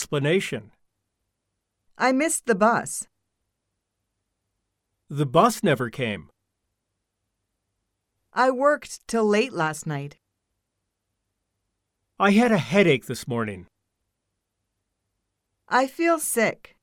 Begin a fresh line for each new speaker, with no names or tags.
Explanation
I missed the bus.
The bus never came.
I worked till late last night.
I had a headache this morning.
I feel sick.